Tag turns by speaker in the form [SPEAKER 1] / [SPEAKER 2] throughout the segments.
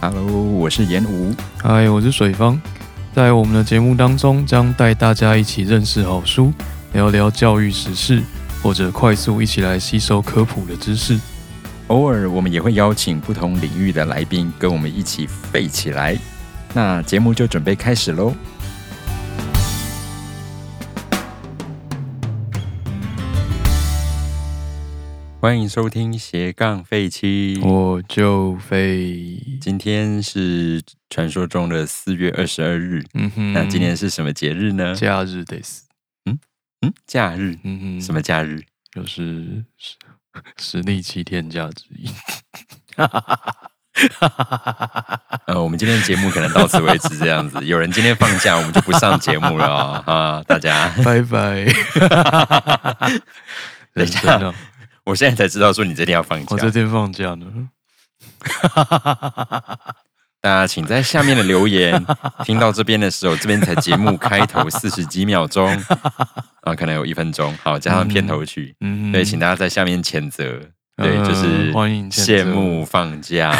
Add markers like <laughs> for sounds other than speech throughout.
[SPEAKER 1] Hello，我是严吴。
[SPEAKER 2] 嗨，哎我是水方，在我们的节目当中，将带大家一起认识好书，聊聊教育时事，或者快速一起来吸收科普的知识。
[SPEAKER 1] 偶尔我们也会邀请不同领域的来宾跟我们一起废起来。那节目就准备开始喽。欢迎收听斜杠废七。
[SPEAKER 2] 我就飞，
[SPEAKER 1] 今天是传说中的四月二十二日。
[SPEAKER 2] 嗯哼，
[SPEAKER 1] 那今天是什么节日呢？
[SPEAKER 2] 假日得死，
[SPEAKER 1] 嗯，假日。
[SPEAKER 2] 嗯哼，
[SPEAKER 1] 什么假日？
[SPEAKER 2] 就是实实力七天假之
[SPEAKER 1] <laughs>
[SPEAKER 2] 一。
[SPEAKER 1] 呃，我们今天节目可能到此为止，这样子。有人今天放假，我们就不上节目了哦 <laughs> 啊、大家。
[SPEAKER 2] 拜拜。
[SPEAKER 1] 等一
[SPEAKER 2] <laughs> 人
[SPEAKER 1] 下 <laughs>
[SPEAKER 2] 生啊，
[SPEAKER 1] 我现在才知道说你这天要放假
[SPEAKER 2] 我，这天放假呢。
[SPEAKER 1] 大家请在下面的留
[SPEAKER 2] <laughs>
[SPEAKER 1] 言。听到这边的时候，这边才节目开头四十几秒钟，啊，可能有一分钟，好，加上片头曲，
[SPEAKER 2] 嗯哼，
[SPEAKER 1] 对，请大家在下面谴责，对，就是
[SPEAKER 2] 呃欢迎谴责
[SPEAKER 1] 羡慕放假，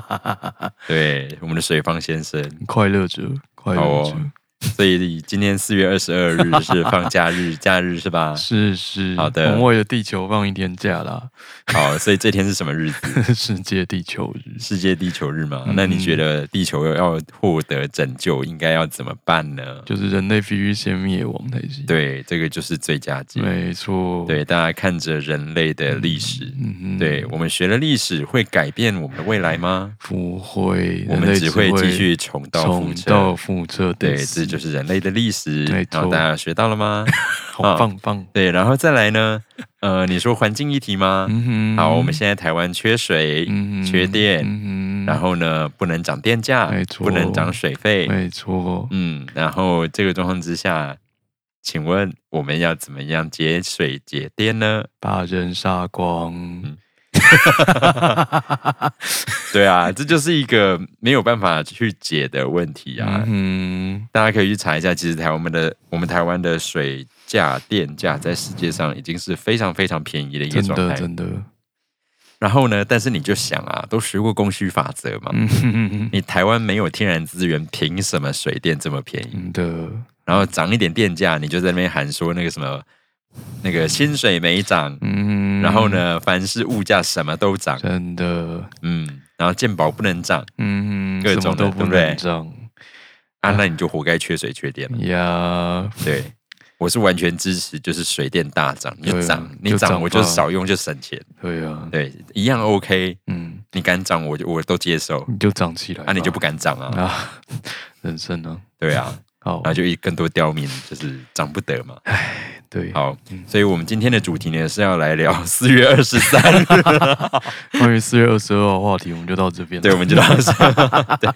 [SPEAKER 2] <laughs>
[SPEAKER 1] 对，我们的水方先生，
[SPEAKER 2] 快乐者，快
[SPEAKER 1] 好
[SPEAKER 2] 乐
[SPEAKER 1] 哦
[SPEAKER 2] 者。
[SPEAKER 1] 所以今天四月二十二日是放假日，假日是吧？
[SPEAKER 2] 是是，
[SPEAKER 1] 好的
[SPEAKER 2] 我们为了地球放一天假啦，
[SPEAKER 1] <laughs> 好，所以这天是什么日子？
[SPEAKER 2] <laughs> 世界地球日。
[SPEAKER 1] 世界地球日嘛？
[SPEAKER 2] 嗯
[SPEAKER 1] 那你觉得地球要获得拯救，应该要怎么办呢？
[SPEAKER 2] 就是人类必须先灭亡才行。，
[SPEAKER 1] 对，这个就是最佳解。
[SPEAKER 2] 没错。，
[SPEAKER 1] 对，大家看着人类的历史，
[SPEAKER 2] 嗯哼，
[SPEAKER 1] 对，我们学了历史会改变我们的未来
[SPEAKER 2] 嗯
[SPEAKER 1] 吗？
[SPEAKER 2] 不会，
[SPEAKER 1] 我
[SPEAKER 2] 人
[SPEAKER 1] 们
[SPEAKER 2] 类
[SPEAKER 1] 只会继续重蹈覆
[SPEAKER 2] 重蹈
[SPEAKER 1] 辙。
[SPEAKER 2] 覆辙的
[SPEAKER 1] 对，
[SPEAKER 2] 死。
[SPEAKER 1] 这就是人类的历史
[SPEAKER 2] 没。错
[SPEAKER 1] 然后大家学到了
[SPEAKER 2] <laughs>
[SPEAKER 1] 吗？
[SPEAKER 2] 好棒
[SPEAKER 1] 嗯
[SPEAKER 2] 棒。
[SPEAKER 1] 对，然后再来呢？呃，你说环境议题吗？
[SPEAKER 2] 嗯哼，
[SPEAKER 1] 好，我们现在台湾缺水、
[SPEAKER 2] 嗯哼
[SPEAKER 1] 缺电，
[SPEAKER 2] 嗯哼
[SPEAKER 1] 然后呢，不能涨电价
[SPEAKER 2] 没，错
[SPEAKER 1] 不能涨水费，
[SPEAKER 2] 没错，
[SPEAKER 1] 嗯，然后这个状况之下，请问我们要怎么样节水节电呢？
[SPEAKER 2] 把人杀光。
[SPEAKER 1] 对啊，这就是一个没有办法去解的问题啊。
[SPEAKER 2] 嗯哼，
[SPEAKER 1] 大家可以去查一下，其实台湾们的我们台湾的水价、电价在世界上已经是非常非常便宜的一个
[SPEAKER 2] 真
[SPEAKER 1] 状
[SPEAKER 2] 的
[SPEAKER 1] 态。
[SPEAKER 2] 真的，
[SPEAKER 1] 然后呢，但是你就想啊，都学过供需法则嘛，
[SPEAKER 2] 嗯哼哼哼
[SPEAKER 1] 你台湾没有天然资源，凭什么水电这么便宜？
[SPEAKER 2] 真的，
[SPEAKER 1] 然后涨一点电价，你就在那边喊说那个什么，那个薪水没涨，
[SPEAKER 2] 嗯，
[SPEAKER 1] 然后？呢，凡是物价什么都涨，
[SPEAKER 2] 真的，
[SPEAKER 1] 嗯，然后健保不能涨，
[SPEAKER 2] 嗯，
[SPEAKER 1] 各
[SPEAKER 2] 什么
[SPEAKER 1] 种的
[SPEAKER 2] 都
[SPEAKER 1] 对
[SPEAKER 2] 不
[SPEAKER 1] 不对
[SPEAKER 2] 能涨嗯
[SPEAKER 1] 啊，那你就活该缺水缺电了。
[SPEAKER 2] 呀。
[SPEAKER 1] 对，我是完全支持，就是水电大涨，你就
[SPEAKER 2] 对啊
[SPEAKER 1] 涨，你
[SPEAKER 2] 就
[SPEAKER 1] 涨
[SPEAKER 2] 涨
[SPEAKER 1] 我就
[SPEAKER 2] 吧
[SPEAKER 1] 少用就省钱，
[SPEAKER 2] 对啊，
[SPEAKER 1] 对，一样 OK，
[SPEAKER 2] 嗯，
[SPEAKER 1] 你敢涨我就我都接受，
[SPEAKER 2] 你就长起来吧，
[SPEAKER 1] 啊，你就不敢涨啊，
[SPEAKER 2] 啊，人生呢？
[SPEAKER 1] 对啊，
[SPEAKER 2] 好
[SPEAKER 1] 然，后就一更多刁民就是涨不得
[SPEAKER 2] 嗯
[SPEAKER 1] 嘛。
[SPEAKER 2] 对，
[SPEAKER 1] 好，所以我们今天的主题呢是要来聊 <laughs> 四月二十三日。
[SPEAKER 2] 关于四月二十二号的话题，我们就到这边了。
[SPEAKER 1] 对，我们知道是， <laughs>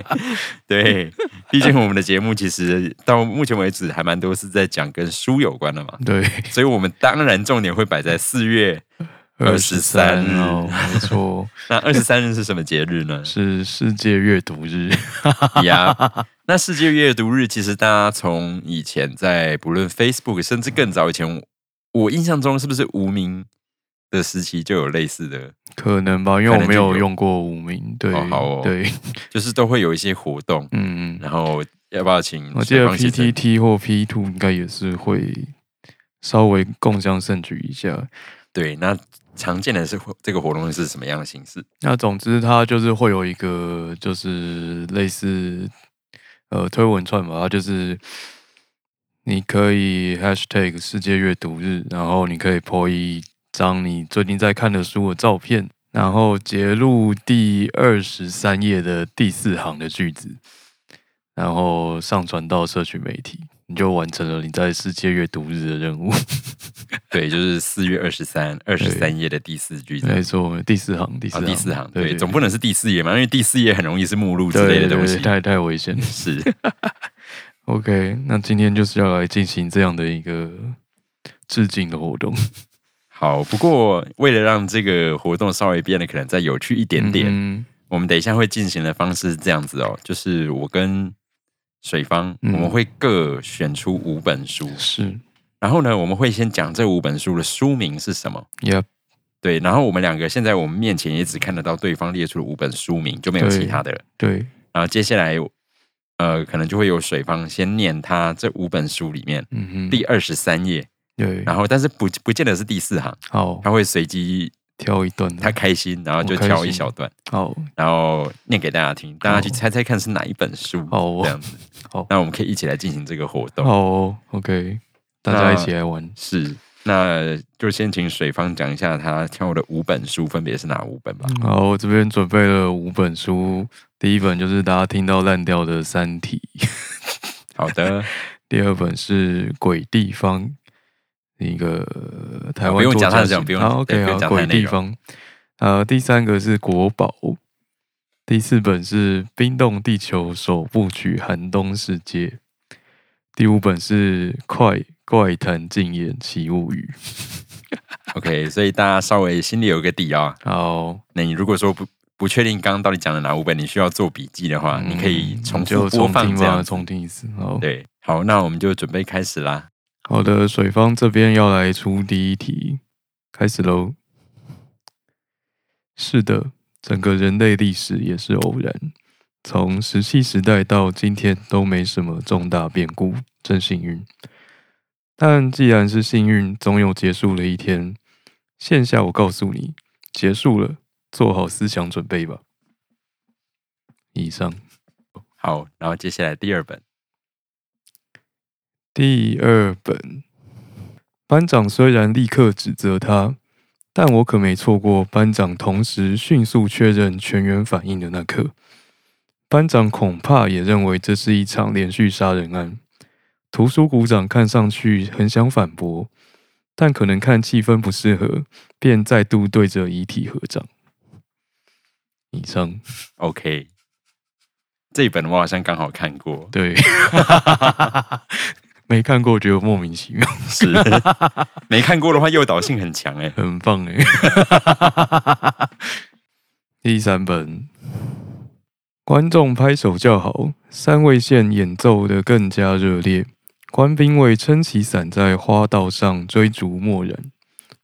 [SPEAKER 1] 对对，毕竟我们的节目其实到目前为止还蛮多是在讲跟书有关的嘛，
[SPEAKER 2] <laughs> 对
[SPEAKER 1] 所以我们当然重点会摆在四月。23日
[SPEAKER 2] 哦，没错，？
[SPEAKER 1] 那二十三日是什么节日呢
[SPEAKER 2] 是世界阅读日。
[SPEAKER 1] 呀， <laughs> 那世界阅读日其实大家从以前在不论 Facebook，甚至更早以前，我印象中是不是无名的时期就有类似的，
[SPEAKER 2] 可能吧，因为
[SPEAKER 1] 可
[SPEAKER 2] 我
[SPEAKER 1] 能
[SPEAKER 2] 没
[SPEAKER 1] 就
[SPEAKER 2] 有
[SPEAKER 1] 有
[SPEAKER 2] 用过无名，对，
[SPEAKER 1] 哦好哦
[SPEAKER 2] 对，
[SPEAKER 1] 就是都会有一些活动，
[SPEAKER 2] 嗯，
[SPEAKER 1] 然后要不要请
[SPEAKER 2] 我记
[SPEAKER 1] 水
[SPEAKER 2] 得
[SPEAKER 1] 方先生
[SPEAKER 2] PTT 或 P Two 应该也是会稍微共襄盛举一下。
[SPEAKER 1] 对，那常见的是这个活动是什么样的形式？
[SPEAKER 2] 那总之，它就是会有一个就是类似呃推文串吧，它就是你可以 hashtag 世界阅读日，然后你可以 po 一张你最近在看的书的照片，然后截录第二十三页的第四行的句子，然后上传到社群媒体，你就完成了你在世界阅读日的任务。 <laughs>
[SPEAKER 1] 对，就是四月二十三、二十三页的第四句这样。
[SPEAKER 2] 没错，第四行，第四
[SPEAKER 1] 啊，
[SPEAKER 2] 行，
[SPEAKER 1] 第四行，
[SPEAKER 2] 对
[SPEAKER 1] 对，
[SPEAKER 2] 对
[SPEAKER 1] 总不能是第四页嘛，因为第四页很容易是目录之
[SPEAKER 2] 对
[SPEAKER 1] 类的
[SPEAKER 2] 对
[SPEAKER 1] 东
[SPEAKER 2] 对
[SPEAKER 1] 西。
[SPEAKER 2] 太太危险了。
[SPEAKER 1] 是，
[SPEAKER 2] OK，那今天就是要来进行这样的一个致敬的活动，
[SPEAKER 1] 好，不过为了让这个活动稍微变得可能再有趣一点点，
[SPEAKER 2] 嗯
[SPEAKER 1] 我们等一下会进行的方式是这样子哦，就是我跟水方，
[SPEAKER 2] 嗯
[SPEAKER 1] 我们会各选出五本书，
[SPEAKER 2] 是
[SPEAKER 1] 然后呢，我们会先讲这五本书的书名是什么，
[SPEAKER 2] ，Yep，
[SPEAKER 1] 对，然后我们两个现在我们面前也只看得到对方列出的五本书名，就没有
[SPEAKER 2] 对
[SPEAKER 1] 其他的了。
[SPEAKER 2] 对，
[SPEAKER 1] 然后接下来，呃，可能就会有水方先念他这五本书里面
[SPEAKER 2] 嗯哼，
[SPEAKER 1] 第啊二十三页，
[SPEAKER 2] 对，
[SPEAKER 1] 然后但是不不见得是第四行，
[SPEAKER 2] 好
[SPEAKER 1] 他，会随机
[SPEAKER 2] 挑一段
[SPEAKER 1] 他
[SPEAKER 2] 的，
[SPEAKER 1] 开心，然后就
[SPEAKER 2] 我开心
[SPEAKER 1] 挑一小段，
[SPEAKER 2] 好，
[SPEAKER 1] 然后念给大家听，大家去猜猜看是哪一本书，
[SPEAKER 2] 好哦
[SPEAKER 1] 这样子。
[SPEAKER 2] 好
[SPEAKER 1] 那我们可以一起来进行这个活动。
[SPEAKER 2] 好哦，OK，大
[SPEAKER 1] 那嗯
[SPEAKER 2] 家一起来玩。
[SPEAKER 1] 是，那就先请水方讲一下他挑的五本书分别是哪五本吧。
[SPEAKER 2] 好，我这边准备了五本书，第一本就是大家听到烂掉的《三体》，
[SPEAKER 1] 好的， <laughs>
[SPEAKER 2] 第二本是《鬼地方》，一个呃台
[SPEAKER 1] 哦不
[SPEAKER 2] 湾
[SPEAKER 1] 用
[SPEAKER 2] 作
[SPEAKER 1] 讲
[SPEAKER 2] 家
[SPEAKER 1] 太
[SPEAKER 2] 写
[SPEAKER 1] 讲不用
[SPEAKER 2] 好
[SPEAKER 1] 对
[SPEAKER 2] ，OK，
[SPEAKER 1] 不用
[SPEAKER 2] 好，
[SPEAKER 1] 讲太
[SPEAKER 2] 鬼
[SPEAKER 1] 内
[SPEAKER 2] 地
[SPEAKER 1] 容
[SPEAKER 2] 方。呃，第三个是国宝，第四本是《冰冻地球首部曲：寒冬世界》，第五本是《快怪谈禁演奇物语
[SPEAKER 1] OK，所以大家稍微心里有个底啊、》。
[SPEAKER 2] 好，
[SPEAKER 1] 那你如果说不不确定刚刚到底讲了哪五本，你需要做笔记的话，你可以
[SPEAKER 2] 嗯
[SPEAKER 1] 重复
[SPEAKER 2] 就
[SPEAKER 1] 播
[SPEAKER 2] 重
[SPEAKER 1] 放
[SPEAKER 2] 听
[SPEAKER 1] 这
[SPEAKER 2] 吧，
[SPEAKER 1] 样。
[SPEAKER 2] 重听一次。好，
[SPEAKER 1] 对，好，那我们就准备开始啦。
[SPEAKER 2] 好的，水方这边要来出第一题，开始喽。是的，整个人类历史也是偶然，从石器时代到今天都没什么重大变故，真幸运。但既然是幸运，总有结束的一天。线下我告诉你，结束了，做好思想准备吧。以上。
[SPEAKER 1] 好，然后接下来第二本，
[SPEAKER 2] 第二本，班长虽然立刻指责他，但我可没错过班长同时迅速确认全员反应的那刻。班长恐怕也认为这是一场连续杀人案。图书股长看上去很想反驳，但可能看气氛不适合，便再度对着遗体合掌。以上，
[SPEAKER 1] OK，这一本我好像刚好看过
[SPEAKER 2] 对， <laughs> 没看过觉得莫名其妙， <laughs>
[SPEAKER 1] 是没看过的话诱导性很强哎、
[SPEAKER 2] 很棒哎、 <laughs> 第三本，观众拍手叫好，三味线演奏得更加热烈，官兵卫撑起伞在花道上追逐墨染，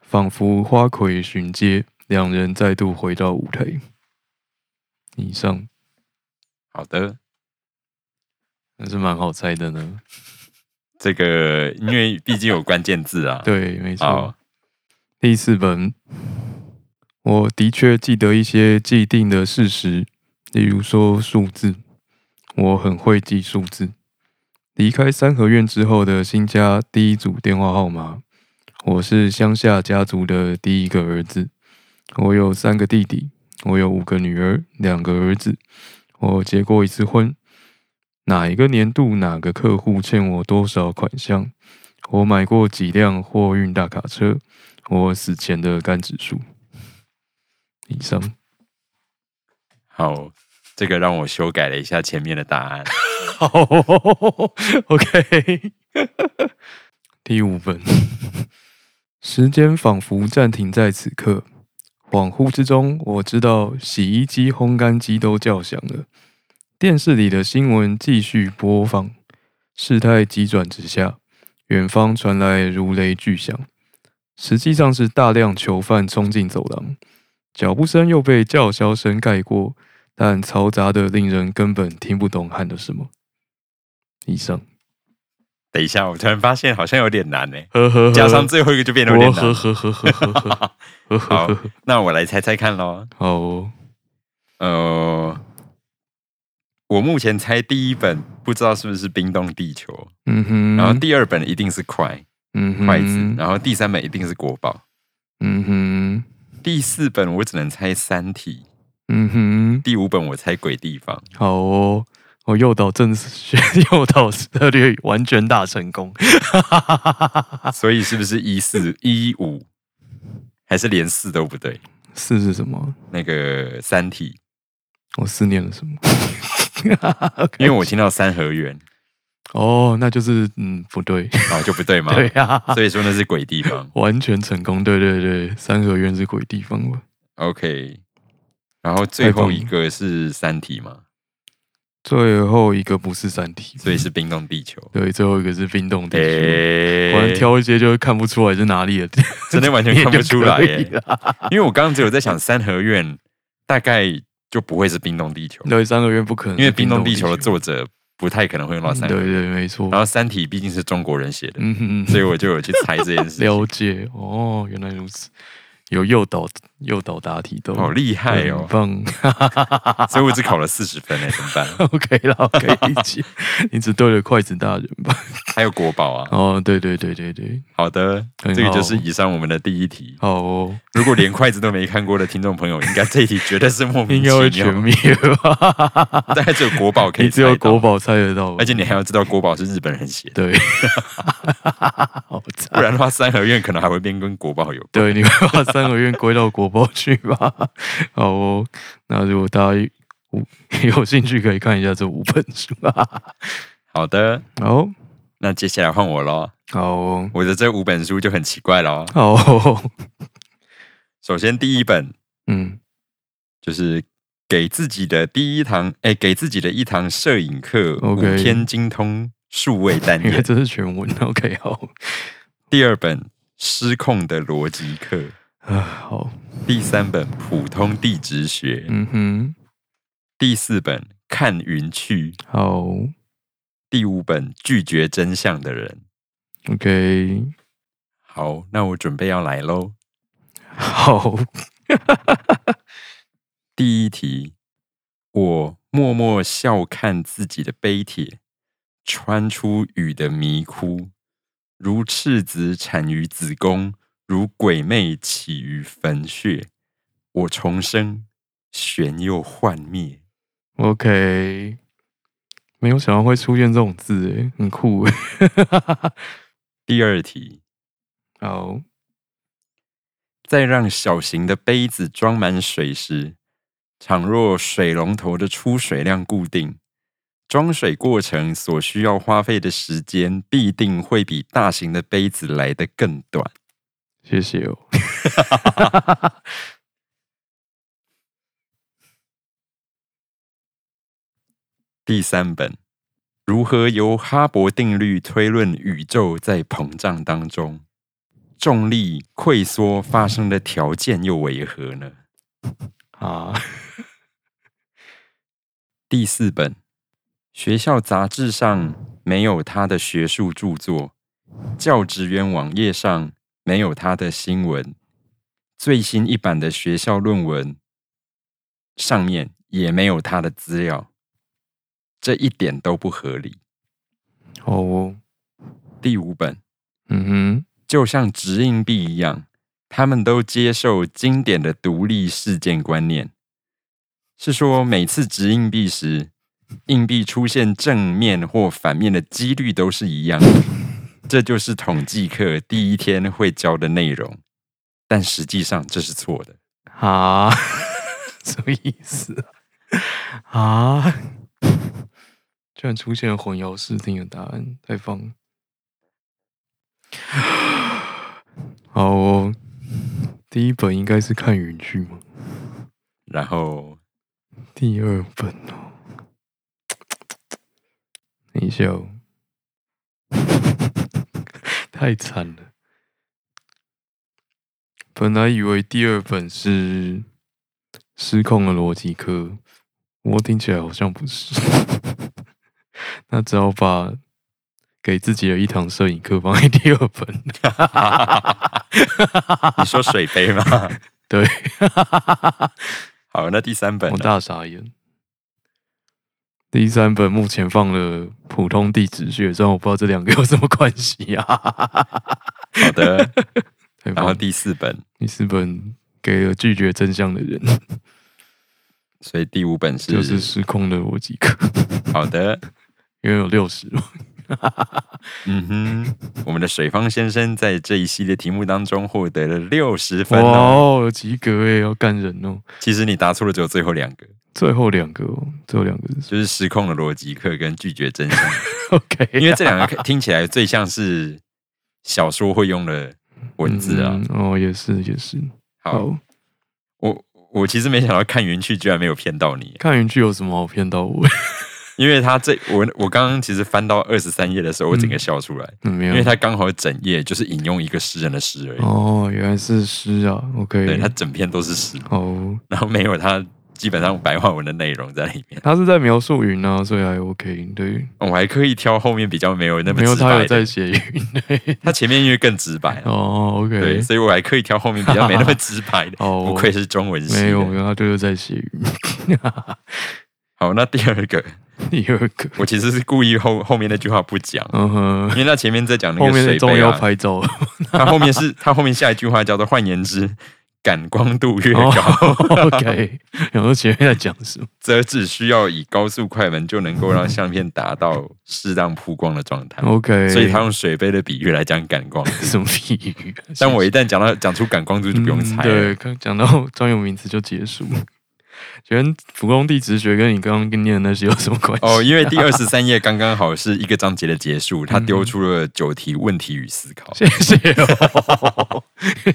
[SPEAKER 2] 仿佛花魁巡街，两人再度回到舞台。以上，
[SPEAKER 1] 好的，
[SPEAKER 2] 那是蛮好猜的呢。
[SPEAKER 1] 这个因为毕竟有关键字啊。
[SPEAKER 2] <laughs> 对，没错。
[SPEAKER 1] 好，
[SPEAKER 2] 第四本，我的确记得一些既定的事实，例如说数字，我很会记数字。离开三合院之后的新家第一组电话号码，我是乡下家族的第一个儿子，我有三个弟弟，我有五个女儿，两个儿子，我结过一次婚。哪一个年度哪个客户欠我多少款项？我买过几辆货运大卡车，我死前的肝指数。以上，
[SPEAKER 1] 好，这个让我修改了一下前面的答案。 <laughs>
[SPEAKER 2] 好，OK。第五本，时间仿佛暂停在此刻，恍惚之中，我知道洗衣机、烘干机都叫响了，电视里的新闻继续播放。事态急转直下，远方传来如雷巨响，实际上是大量囚犯冲进走廊，脚步声又被叫嚣声盖过，但嘈杂的令人根本听不懂喊了什么。以上，
[SPEAKER 1] 等一下，我突然发现好像有点难哎、
[SPEAKER 2] 呵呵呵
[SPEAKER 1] 加上最后一个就变得有
[SPEAKER 2] 我
[SPEAKER 1] 点
[SPEAKER 2] 呵
[SPEAKER 1] 难。
[SPEAKER 2] 呵呵呵呵呵哦呵呵
[SPEAKER 1] <laughs> 好
[SPEAKER 2] 呵呵，
[SPEAKER 1] 那我来猜猜看喽。
[SPEAKER 2] 好哦，
[SPEAKER 1] 呃，我目前猜第一本不知道是不是《冰冻地球》
[SPEAKER 2] 嗯哼，
[SPEAKER 1] 然后第二本一定是快
[SPEAKER 2] 嗯哼
[SPEAKER 1] 筷子，然后第三本一定是国宝，
[SPEAKER 2] 嗯哼，
[SPEAKER 1] 第四本我只能猜《三体
[SPEAKER 2] 嗯哼》，，
[SPEAKER 1] 第五本我猜《鬼地方》。
[SPEAKER 2] 好哦。我诱导政学诱导 <laughs> 策略完全大成功，啊
[SPEAKER 1] 所以是不是一
[SPEAKER 2] <laughs>
[SPEAKER 1] 四一五，还是连四都不对？
[SPEAKER 2] 四是什么？
[SPEAKER 1] 那个《三体
[SPEAKER 2] 我思念了什么？》，
[SPEAKER 1] 因为我听到三合院，
[SPEAKER 2] 哦，那就是嗯不对，
[SPEAKER 1] 然后就不对吗？
[SPEAKER 2] <laughs> 对啊呀、
[SPEAKER 1] 所以说那是鬼地方。
[SPEAKER 2] 完全成功，对对对，三合院是鬼地方吧？
[SPEAKER 1] OK，然后最
[SPEAKER 2] 太棒
[SPEAKER 1] 后
[SPEAKER 2] 了
[SPEAKER 1] 一个是《三体》吗？
[SPEAKER 2] 最后一个不是三体，
[SPEAKER 1] 所以
[SPEAKER 2] <laughs>
[SPEAKER 1] 是冰冻地球。
[SPEAKER 2] 对，最后一个是冰冻地区。
[SPEAKER 1] 诶
[SPEAKER 2] 果然挑一些就看不出来是哪里的，
[SPEAKER 1] 真的完全看不出来耶
[SPEAKER 2] <laughs> 也就可以啊了
[SPEAKER 1] 因为我刚刚只有在想三合院大概就不会是冰冻地球，
[SPEAKER 2] 对，三合院不可能，
[SPEAKER 1] 因为冰冻地球的作者不太可能会用到三合
[SPEAKER 2] 嗯对
[SPEAKER 1] 院。
[SPEAKER 2] 对，没错。
[SPEAKER 1] 然后《三体》毕竟是中国人写的，
[SPEAKER 2] 嗯哼
[SPEAKER 1] 所以
[SPEAKER 2] 嗯，
[SPEAKER 1] 我就有去猜这件事情。
[SPEAKER 2] <laughs> 了解哦，原来如此，有诱导诱导答题都
[SPEAKER 1] 好厉害
[SPEAKER 2] 很
[SPEAKER 1] 哦！
[SPEAKER 2] 棒 <laughs>
[SPEAKER 1] 所以我只考了四十分哎，怎么办？
[SPEAKER 2] ，OK 了，可以理
[SPEAKER 1] <laughs>
[SPEAKER 2] 解。你只对了筷子大人吧？
[SPEAKER 1] 还有国宝啊。
[SPEAKER 2] 哦，对对对对对，
[SPEAKER 1] 好的，
[SPEAKER 2] 很好
[SPEAKER 1] 这个就是以上我们的第一题。
[SPEAKER 2] 好哦，
[SPEAKER 1] 如果连筷子都没看过的听众朋友，应该这一题绝对是莫名
[SPEAKER 2] 应该会
[SPEAKER 1] 其
[SPEAKER 2] 全
[SPEAKER 1] 妙，
[SPEAKER 2] 灭吧？
[SPEAKER 1] <laughs> 大概只有国宝可以
[SPEAKER 2] <laughs> 你只
[SPEAKER 1] 猜
[SPEAKER 2] 有
[SPEAKER 1] 到。
[SPEAKER 2] 国宝猜得到吧，
[SPEAKER 1] <laughs> 而且你还要知道国宝是日本人写的， <laughs>
[SPEAKER 2] 对， <laughs> 好
[SPEAKER 1] 不
[SPEAKER 2] 惨。
[SPEAKER 1] 然的话，三合院可能还会变跟国宝有关。
[SPEAKER 2] <laughs> 对，你会把三合院归到国宝去吧？ <laughs> 好哦，那如果大家有有兴趣，可以看一下这五本书 <laughs> 啊。
[SPEAKER 1] 好的，
[SPEAKER 2] 好，
[SPEAKER 1] 那接下来换我喽。
[SPEAKER 2] 好哦，
[SPEAKER 1] 我的这五本书就很奇怪喽。
[SPEAKER 2] 好哦， <laughs>
[SPEAKER 1] 首先第一本
[SPEAKER 2] 嗯，
[SPEAKER 1] 就是给自己的第一堂，哎，给自己的一堂摄影课
[SPEAKER 2] OK
[SPEAKER 1] 五天精通数位单
[SPEAKER 2] 因为 <laughs>
[SPEAKER 1] 眼。
[SPEAKER 2] 这是全文。OK，好，
[SPEAKER 1] 第二本失控的逻辑课，
[SPEAKER 2] 啊，好，
[SPEAKER 1] 第三本普通地质学，
[SPEAKER 2] 嗯哼，
[SPEAKER 1] 第四本看云去，
[SPEAKER 2] 好
[SPEAKER 1] 第五本拒绝真相的人。
[SPEAKER 2] ，OK，
[SPEAKER 1] 好，那我准备要来喽。
[SPEAKER 2] 好，
[SPEAKER 1] 第一题，我默默笑看自己的碑帖，穿出雨的迷窟，如赤子产于子宫，如鬼魅起于坟穴。我重生，玄又幻灭。
[SPEAKER 2] OK，没有想到会出现这种字，诶，很酷 <laughs> 诶。
[SPEAKER 1] 第二题，
[SPEAKER 2] 好，
[SPEAKER 1] 在让小型的杯子装满水时，倘若水龙头的出水量固定，装水过程所需要花费的时间必定会比大型的杯子来得更短。
[SPEAKER 2] 谢谢哦。
[SPEAKER 1] 第三本，如何由哈勃定律推论宇宙在膨胀当中？重力溃缩发生的条件又为何呢？
[SPEAKER 2] 啊，
[SPEAKER 1] 第四本，学校杂志上没有他的学术著作，教职员网页上没有他的新闻，最新一版的学校论文上面也没有他的资料，这一点都不合理。
[SPEAKER 2] 好哦，
[SPEAKER 1] 第五本，
[SPEAKER 2] 嗯
[SPEAKER 1] 就像掷硬币一样，他们都接受经典的独立事件观念，是说每次掷硬币时，硬币出现正面或反面的几率都是一样的。这就是统计课第一天会教的内容，但实际上这是错的。
[SPEAKER 2] 哼，啊，什么意思啊？啊，居然出现了混淆视听的答案，太棒了！好哦，第一本应该是看原剧吗？
[SPEAKER 1] 然后
[SPEAKER 2] 第二本哦，等一下、哦，太惨了。本来以为第二本是失控的逻辑课，我听起来好像不是。 <laughs> 那只好把给自己的一堂摄影课放在第二本。
[SPEAKER 1] 你说水杯吗？
[SPEAKER 2] <laughs> 对，
[SPEAKER 1] <laughs> 好，那第三本啊
[SPEAKER 2] 我
[SPEAKER 1] 呢
[SPEAKER 2] 大傻眼。第三本目前放了普通地址学，虽然我不知道这两个有什么关系啊。
[SPEAKER 1] 好的，
[SPEAKER 2] <laughs> 对吧
[SPEAKER 1] 然后第四本，
[SPEAKER 2] 第四本给了拒绝真相的人，
[SPEAKER 1] 所以第五本是
[SPEAKER 2] <laughs> 就是失控的逻辑课，
[SPEAKER 1] 好的。
[SPEAKER 2] 因为有六十
[SPEAKER 1] <laughs>
[SPEAKER 2] 嘛。
[SPEAKER 1] 嗯哼，我们的水方先生在这一系列题目当中获得了六十分
[SPEAKER 2] 哇
[SPEAKER 1] 哦。
[SPEAKER 2] 哦，有及格哎，要干人哦。
[SPEAKER 1] 其实你答错了只有最后两个，
[SPEAKER 2] 最后两个哦，最后两个是
[SPEAKER 1] 就是失控的逻辑课跟拒绝真相，
[SPEAKER 2] OK，
[SPEAKER 1] 因为这两个听起来最像是小说会用的文字啊。
[SPEAKER 2] 嗯哦，也是也是。
[SPEAKER 1] 好，
[SPEAKER 2] 好，
[SPEAKER 1] 我我其实没想到看云去居然没有骗到你，
[SPEAKER 2] 看云剧有什么好骗到我？
[SPEAKER 1] 因为他这我我刚刚其实翻到二十三页的时候，我整个笑出来，
[SPEAKER 2] <laughs> 嗯没
[SPEAKER 1] 因为
[SPEAKER 2] 有。
[SPEAKER 1] 他刚好整页就是引用一个诗人的诗而已，
[SPEAKER 2] 哦，原来是诗啊
[SPEAKER 1] 对
[SPEAKER 2] ，OK
[SPEAKER 1] 他。整篇都是诗，
[SPEAKER 2] 哦，
[SPEAKER 1] 然后没有他基本上白话文的内容在里面。
[SPEAKER 2] 他是在描述云啊，所以还 OK。对，
[SPEAKER 1] 我还刻意挑后面比较没有那么
[SPEAKER 2] 没有
[SPEAKER 1] 直
[SPEAKER 2] 他
[SPEAKER 1] 白
[SPEAKER 2] 有
[SPEAKER 1] 的，
[SPEAKER 2] 在写云。对，
[SPEAKER 1] 他前面因为更直白了，
[SPEAKER 2] <laughs> 哦
[SPEAKER 1] 对，
[SPEAKER 2] ，OK。。
[SPEAKER 1] 所以我还刻意挑后面比较没那么直白的
[SPEAKER 2] <laughs> 哦，
[SPEAKER 1] 不愧是中文系的。
[SPEAKER 2] 没有，他就是在写云。 <laughs>
[SPEAKER 1] 好，那第二个，
[SPEAKER 2] 第二个，
[SPEAKER 1] 我其实是故意后后面那句话不讲，
[SPEAKER 2] 嗯哼
[SPEAKER 1] 因，为他前面在讲那
[SPEAKER 2] 后
[SPEAKER 1] 个
[SPEAKER 2] 面的
[SPEAKER 1] 水
[SPEAKER 2] 终于
[SPEAKER 1] 杯
[SPEAKER 2] 要
[SPEAKER 1] 啊，
[SPEAKER 2] 拍照了。
[SPEAKER 1] 他后面是他后面下一句话叫做“换言之，感光度越
[SPEAKER 2] 哦
[SPEAKER 1] 高，
[SPEAKER 2] OK，然后前面在讲
[SPEAKER 1] <laughs>
[SPEAKER 2] 什么？
[SPEAKER 1] 则只需要以高速快门就能够让相片达到适当曝光的状
[SPEAKER 2] <laughs>
[SPEAKER 1] 态。
[SPEAKER 2] 哦 OK，
[SPEAKER 1] 所以他用水杯的比喻来讲感光。
[SPEAKER 2] <laughs> 什么比喻啊？
[SPEAKER 1] 但我一旦讲到讲出感光度，就不用猜
[SPEAKER 2] 嗯对，
[SPEAKER 1] 了。
[SPEAKER 2] 刚讲到 <laughs> 专有名词就结束。请问普工地质学跟你刚刚念的那些有什么关
[SPEAKER 1] <laughs>
[SPEAKER 2] 系？
[SPEAKER 1] 哦，因为第二十三页刚刚好是一个章节的结束，他丢出了九题问题与思
[SPEAKER 2] <laughs>
[SPEAKER 1] 考，
[SPEAKER 2] 谢谢哦，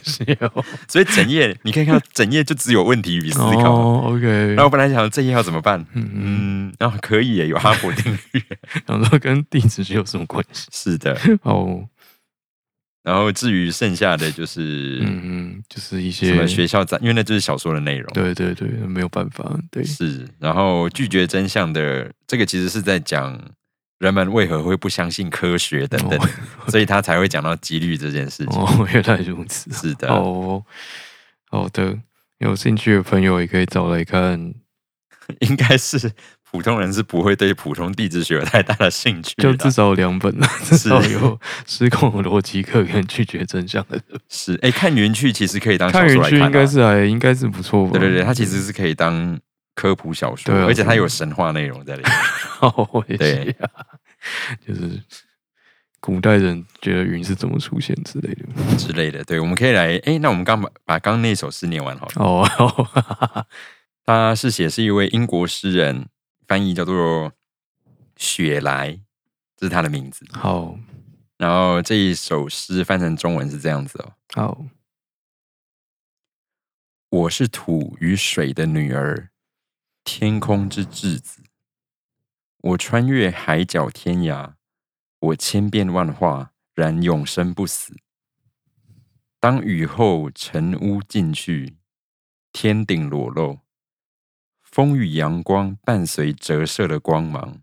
[SPEAKER 2] 谢谢哦。
[SPEAKER 1] 所以整页你可以看到，整页就只有问题与思考。
[SPEAKER 2] 哦，OK，
[SPEAKER 1] 然后我本来想这页要怎么办，
[SPEAKER 2] 嗯嗯，
[SPEAKER 1] 嗯，然后可以
[SPEAKER 2] <laughs>
[SPEAKER 1] 耶有哈佛定律，
[SPEAKER 2] 想说跟地质学有什么关系？
[SPEAKER 1] 是的。
[SPEAKER 2] 哦，
[SPEAKER 1] 然后至于剩下的就是
[SPEAKER 2] 嗯嗯，就是一
[SPEAKER 1] 什
[SPEAKER 2] 些
[SPEAKER 1] 么学校展，因为那就是小说的内容，
[SPEAKER 2] 对对对，没有办法，对，
[SPEAKER 1] 是。然后拒绝真相的这个其实是在讲人们为何会不相信科学等等，所以他才会讲到几率这件事情。
[SPEAKER 2] <laughs> 哦，原来如此。
[SPEAKER 1] 是的，
[SPEAKER 2] 哦，好的，有兴趣的朋友也可以找来看，
[SPEAKER 1] 应该是普通人是不会对普通地质学有太大的兴趣
[SPEAKER 2] 就
[SPEAKER 1] 的
[SPEAKER 2] 至。少有两本了，至少有《失控的逻辑课》跟《拒绝
[SPEAKER 1] <laughs>
[SPEAKER 2] 真相》的。
[SPEAKER 1] 是，哎，看园区其实可以当小
[SPEAKER 2] 看
[SPEAKER 1] 说
[SPEAKER 2] 园
[SPEAKER 1] 来
[SPEAKER 2] 区
[SPEAKER 1] 看、啊，
[SPEAKER 2] 应该是还应该是不错吧？
[SPEAKER 1] 对对对，它其实是可以当科普小说，
[SPEAKER 2] 对啊
[SPEAKER 1] 而且它
[SPEAKER 2] 对啊
[SPEAKER 1] 有神话内容在里面。
[SPEAKER 2] <laughs> 好，也
[SPEAKER 1] 对
[SPEAKER 2] 是啊，就是古代人觉得云是怎么出现之类的。
[SPEAKER 1] 之类的。对，我们可以来，哎，那我们刚把把刚刚那首诗念完好了。
[SPEAKER 2] 哦， <laughs> 哦
[SPEAKER 1] 他是写是一位英国诗人，翻译叫做雪莱，这是他的名字。
[SPEAKER 2] 好
[SPEAKER 1] 然后这一首诗翻成中文是这样子哦：
[SPEAKER 2] 好，
[SPEAKER 1] 我是土与水的女儿，天空之稚子。我穿越海角天涯，我千变万化，然永生不死。当雨后尘污尽去，天顶裸露，风与阳光伴随折射的光芒，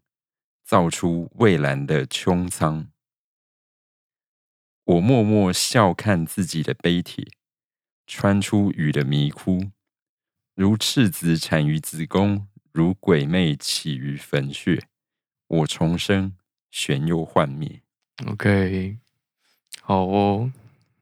[SPEAKER 1] 造出蔚蓝的穹苍。我默默笑看自己的碑帖，穿出雨的迷窟，如赤子产于子宫，如鬼魅起于坟穴。我重生，玄又幻灭。
[SPEAKER 2] ，OK，好哦，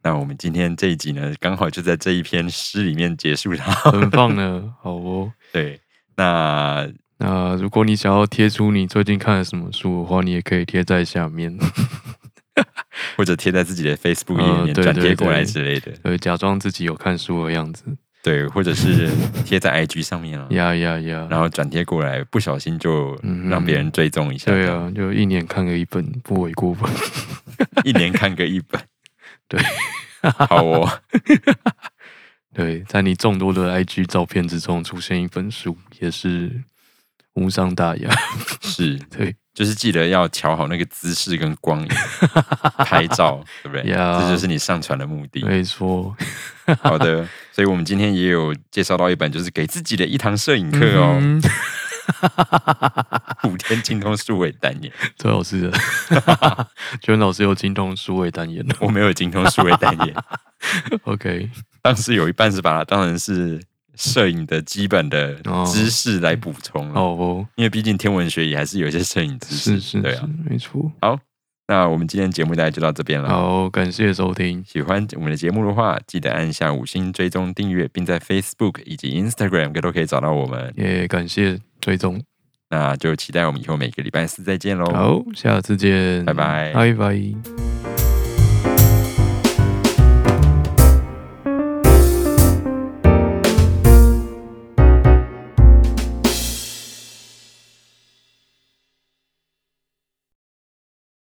[SPEAKER 1] 那我们今天这一集呢，刚好就在这一篇诗里面结束它。
[SPEAKER 2] <laughs> 很棒呢，好哦。
[SPEAKER 1] <laughs> 对，那
[SPEAKER 2] 那如果你想要贴出你最近看了什么书的话，你也可以贴在下面， <laughs>
[SPEAKER 1] 或者贴在自己的 Facebook
[SPEAKER 2] 呃
[SPEAKER 1] 页面
[SPEAKER 2] 对
[SPEAKER 1] 转贴
[SPEAKER 2] 对
[SPEAKER 1] 过来
[SPEAKER 2] 对
[SPEAKER 1] 之类的，
[SPEAKER 2] 呃，假装自己有看书的样子。
[SPEAKER 1] 对，或者是贴在 IG 上面
[SPEAKER 2] <laughs>
[SPEAKER 1] 啊，
[SPEAKER 2] 呀呀呀！
[SPEAKER 1] 然后转贴过来，不小心就
[SPEAKER 2] 嗯哼
[SPEAKER 1] 让别人追踪一下，
[SPEAKER 2] 对，啊，就一年看个一本，不为过吧？
[SPEAKER 1] <laughs> 一年看个一本，
[SPEAKER 2] 对，
[SPEAKER 1] <laughs> 好哦，
[SPEAKER 2] 对，在你众多的 IG 照片之中出现一本书，也是无伤大雅。 <laughs>
[SPEAKER 1] 是。
[SPEAKER 2] 对，
[SPEAKER 1] 就是记得要调好那个姿势跟光
[SPEAKER 2] <laughs>
[SPEAKER 1] 影，拍照，对不对
[SPEAKER 2] Yeah
[SPEAKER 1] 这就是你上传的目的。
[SPEAKER 2] 所
[SPEAKER 1] <laughs>
[SPEAKER 2] 以说，
[SPEAKER 1] 好的，所以我们今天也有介绍到一本，就是给自己的一堂摄影课哦，
[SPEAKER 2] 嗯哼
[SPEAKER 1] 五天精通数位单眼。
[SPEAKER 2] 周老师的， <laughs> 娟老师有精通书尾单眼了。
[SPEAKER 1] 我没有精通数位单
[SPEAKER 2] <laughs>
[SPEAKER 1] 眼，
[SPEAKER 2] OK，
[SPEAKER 1] 当时有一半是把它当成是摄影的基本的知识来补充了
[SPEAKER 2] 好哦，
[SPEAKER 1] 因为毕竟天文学也还是有一些摄影知识。
[SPEAKER 2] 是是
[SPEAKER 1] 对
[SPEAKER 2] 是
[SPEAKER 1] 啊。，
[SPEAKER 2] 没错。
[SPEAKER 1] 那我们今天节目大概就到这边了。
[SPEAKER 2] 好，感谢收听，
[SPEAKER 1] 喜欢我们的节目的话，记得按下五星追踪订阅，并在 Facebook 以及 Instagram 都可以找到我们。
[SPEAKER 2] 也感谢追踪。
[SPEAKER 1] 那就期待我们以后每个礼拜四再见喽。
[SPEAKER 2] 好，下次见，
[SPEAKER 1] 拜拜
[SPEAKER 2] 拜拜。